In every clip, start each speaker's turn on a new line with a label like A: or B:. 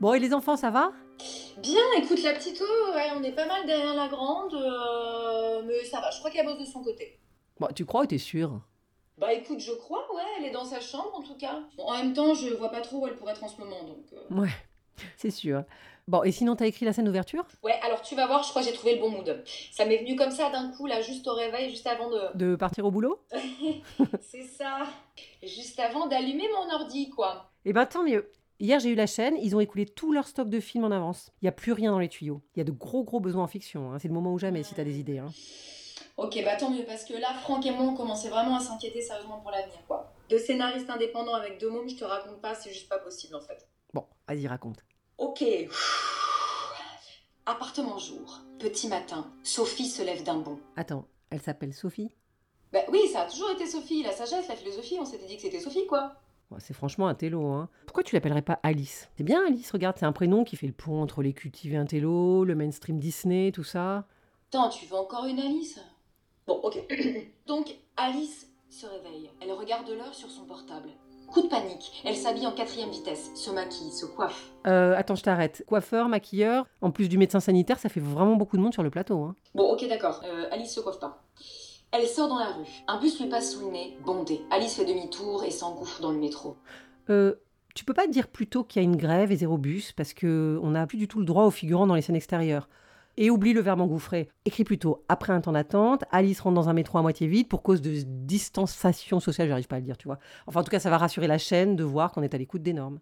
A: Bon, et les enfants, ça va
B: Bien, écoute, la petite O, ouais, on est pas mal derrière la grande, euh, mais ça va, je crois qu'elle bosse de son côté.
A: Bon, tu crois ou t'es sûr
B: Bah écoute, je crois, ouais, elle est dans sa chambre en tout cas. Bon, en même temps, je vois pas trop où elle pourrait être en ce moment, donc... euh,
A: Ouais, c'est sûr. Bon, et sinon, t'as écrit la scène d'ouverture
B: Ouais, alors tu vas voir, je crois que j'ai trouvé le bon mood. Ça m'est venu comme ça d'un coup, là, juste au réveil, juste avant de...
A: De partir au boulot
B: C'est ça, juste avant d'allumer mon ordi, quoi.
A: Eh ben, tant mieux. Hier, j'ai eu la chaîne, ils ont écoulé tout leur stock de films en avance. Il n'y a plus rien dans les tuyaux. Il y a de gros, gros besoins en fiction. hein. C'est le moment ou jamais si t'as des idées. hein.
B: Ok, bah tant mieux, parce que là, Franck et moi, on commençait vraiment à s'inquiéter sérieusement pour l'avenir, quoi. Deux scénaristes indépendants avec deux mômes, je te raconte pas, c'est juste pas possible, en fait.
A: Bon, vas-y, raconte.
B: Ok. Appartement jour, petit matin, Sophie se lève d'un bond.
A: Attends, elle s'appelle Sophie
B: Bah oui, ça a toujours été Sophie, la sagesse, la philosophie, on s'était dit que c'était Sophie quoi.
A: Bon, C'est franchement un télo. Hein. Pourquoi tu l'appellerais pas Alice C'est bien Alice, regarde, c'est un prénom qui fait le pont entre les cultivés intello, le mainstream Disney, tout ça.
B: Attends, tu veux encore une Alice Bon, ok. Donc, Alice se réveille. Elle regarde l'heure sur son portable. Coup de panique, elle s'habille en quatrième vitesse, se maquille, se coiffe.
A: Euh, attends, je t'arrête. Coiffeur, maquilleur, en plus du médecin sanitaire, ça fait vraiment beaucoup de monde sur le plateau. Hein.
B: Bon, ok, d'accord, euh, Alice se coiffe pas. Elle sort dans la rue. Un bus lui passe sous le nez, bondé. Alice fait demi-tour et s'engouffre dans le métro.
A: Euh, tu peux pas dire plutôt qu'il y a une grève et zéro bus parce que on n'a plus du tout le droit aux figurants dans les scènes extérieures. Et oublie le verbe engouffrer. Écris plutôt après un temps d'attente, Alice rentre dans un métro à moitié vide pour cause de distanciation sociale, j'arrive pas à le dire, tu vois. Enfin, en tout cas, ça va rassurer la chaîne de voir qu'on est à l'écoute des normes.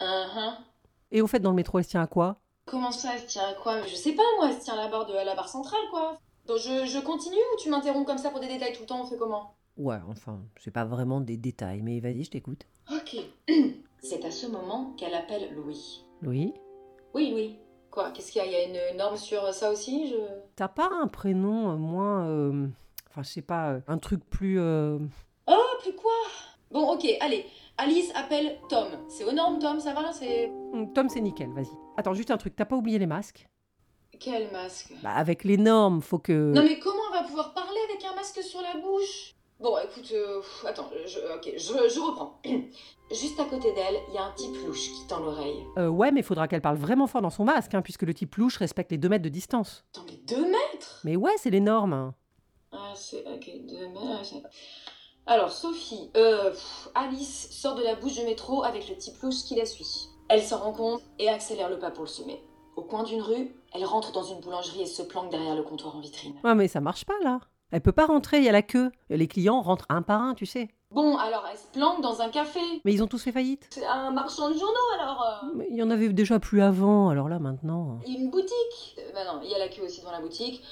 B: Uhum.
A: Et au fait, dans le métro, elle se tient à quoi
B: Comment ça, elle se tient à quoi Je sais pas, moi, elle se tient à la barre, de, à la barre centrale, quoi. Donc je, je continue ou tu m'interromps comme ça pour des détails tout le temps On fait comment
A: Ouais, enfin, c'est pas vraiment des détails, mais vas-y, je t'écoute.
B: Ok. C'est à ce moment qu'elle appelle Louis.
A: Oui
B: Oui, oui. Quoi Qu'est-ce qu'il y a Il y a une norme sur ça aussi je...
A: T'as pas un prénom euh, moins. euh, Enfin, je sais pas, euh, un truc plus. euh,
B: Oh, plus quoi Bon, ok, allez. Alice appelle Tom. C'est aux normes, Tom, ça va C'est...
A: Tom, c'est nickel, vas-y. Attends, juste un truc, t'as pas oublié les masques
B: Quel masque
A: Bah, avec les normes, faut que.
B: Non mais comment on va pouvoir parler avec un masque sur la bouche Bon, écoute, euh, pff, attends, je, ok, je, je reprends. Juste à côté d'elle, il y a un type louche qui tend l'oreille.
A: Euh, ouais, mais faudra qu'elle parle vraiment fort dans son masque, hein, puisque le type louche respecte les 2 mètres de distance.
B: Attends, mais deux mètres
A: Mais ouais, c'est les normes. hein.
B: Ah, c'est. Ok, deux mètres. c'est- Alors, Sophie, euh, pff, Alice sort de la bouche de métro avec le type louche qui la suit. Elle s'en rend compte et accélère le pas pour le semer. Au coin d'une rue, elle rentre dans une boulangerie et se planque derrière le comptoir en vitrine.
A: Ouais, mais ça marche pas là. Elle peut pas rentrer, il y a la queue. Les clients rentrent un par un, tu sais.
B: Bon, alors elle se planque dans un café.
A: Mais ils ont tous fait faillite.
B: C'est un marchand de journaux alors euh.
A: Mais Il y en avait déjà plus avant, alors là maintenant. hein.
B: Il y a une boutique. Euh, Bah non, il y a la queue aussi devant la boutique.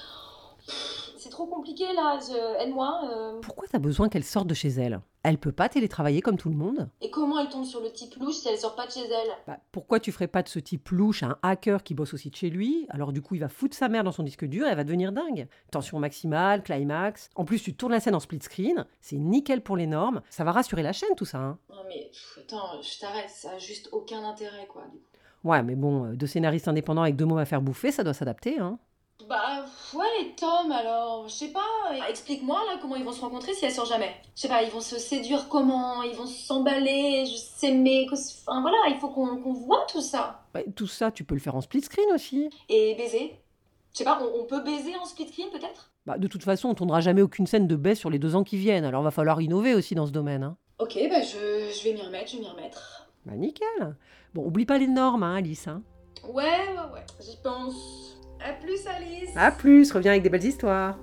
B: C'est trop compliqué là, je- aide-moi. euh.
A: Pourquoi t'as besoin qu'elle sorte de chez elle Elle peut pas télétravailler comme tout le monde
B: Et comment elle tombe sur le type louche si elle sort pas de chez elle
A: Bah, Pourquoi tu ferais pas de ce type louche un hacker qui bosse aussi de chez lui Alors du coup, il va foutre sa mère dans son disque dur et elle va devenir dingue. Tension maximale, climax. En plus, tu tournes la scène en split screen. C'est nickel pour les normes. Ça va rassurer la chaîne, tout ça. hein.
B: Non mais pff, attends, je t'arrête, ça a juste aucun intérêt quoi. du coup.
A: ouais, mais bon, euh, deux scénaristes indépendants avec deux mots à faire bouffer, ça doit s'adapter. Hein.
B: Bah ouais, et Tom alors, je sais pas, euh, explique-moi là comment ils vont se rencontrer si elle sort jamais. Je sais pas, ils vont se séduire comment, ils vont s'emballer, je sais mais... que- Enfin voilà, il faut qu'on qu'on voit tout ça.
A: Ouais, Bah, tout ça, tu peux le faire en split screen aussi.
B: Et baiser Je sais pas, on, on peut baiser en split screen peut-être
A: Bah, de toute façon, on tournera jamais aucune scène de baisse sur les deux ans qui viennent. Alors va falloir innover aussi dans ce domaine. hein.
B: Ok, bah je, je vais m'y remettre, je vais m'y remettre.
A: Bah nickel. Bon, oublie pas les normes, hein, Alice. hein.
B: Ouais, ouais, ouais, j'y pense. À plus, Alice
A: À plus, reviens avec des belles histoires.